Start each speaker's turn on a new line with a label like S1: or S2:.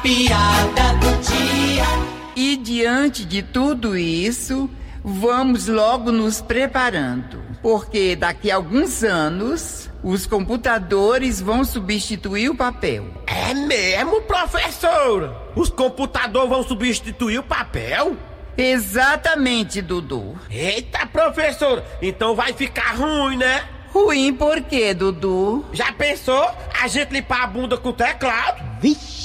S1: piada do dia.
S2: E diante de tudo isso, vamos logo nos preparando, porque daqui a alguns anos os computadores vão substituir o papel.
S3: É mesmo, professora? Os computadores vão substituir o papel?
S2: Exatamente, Dudu.
S3: Eita, professora, então vai ficar ruim, né?
S2: Ruim por quê, Dudu?
S3: Já pensou a gente limpar a bunda com teclado?
S4: Vixe!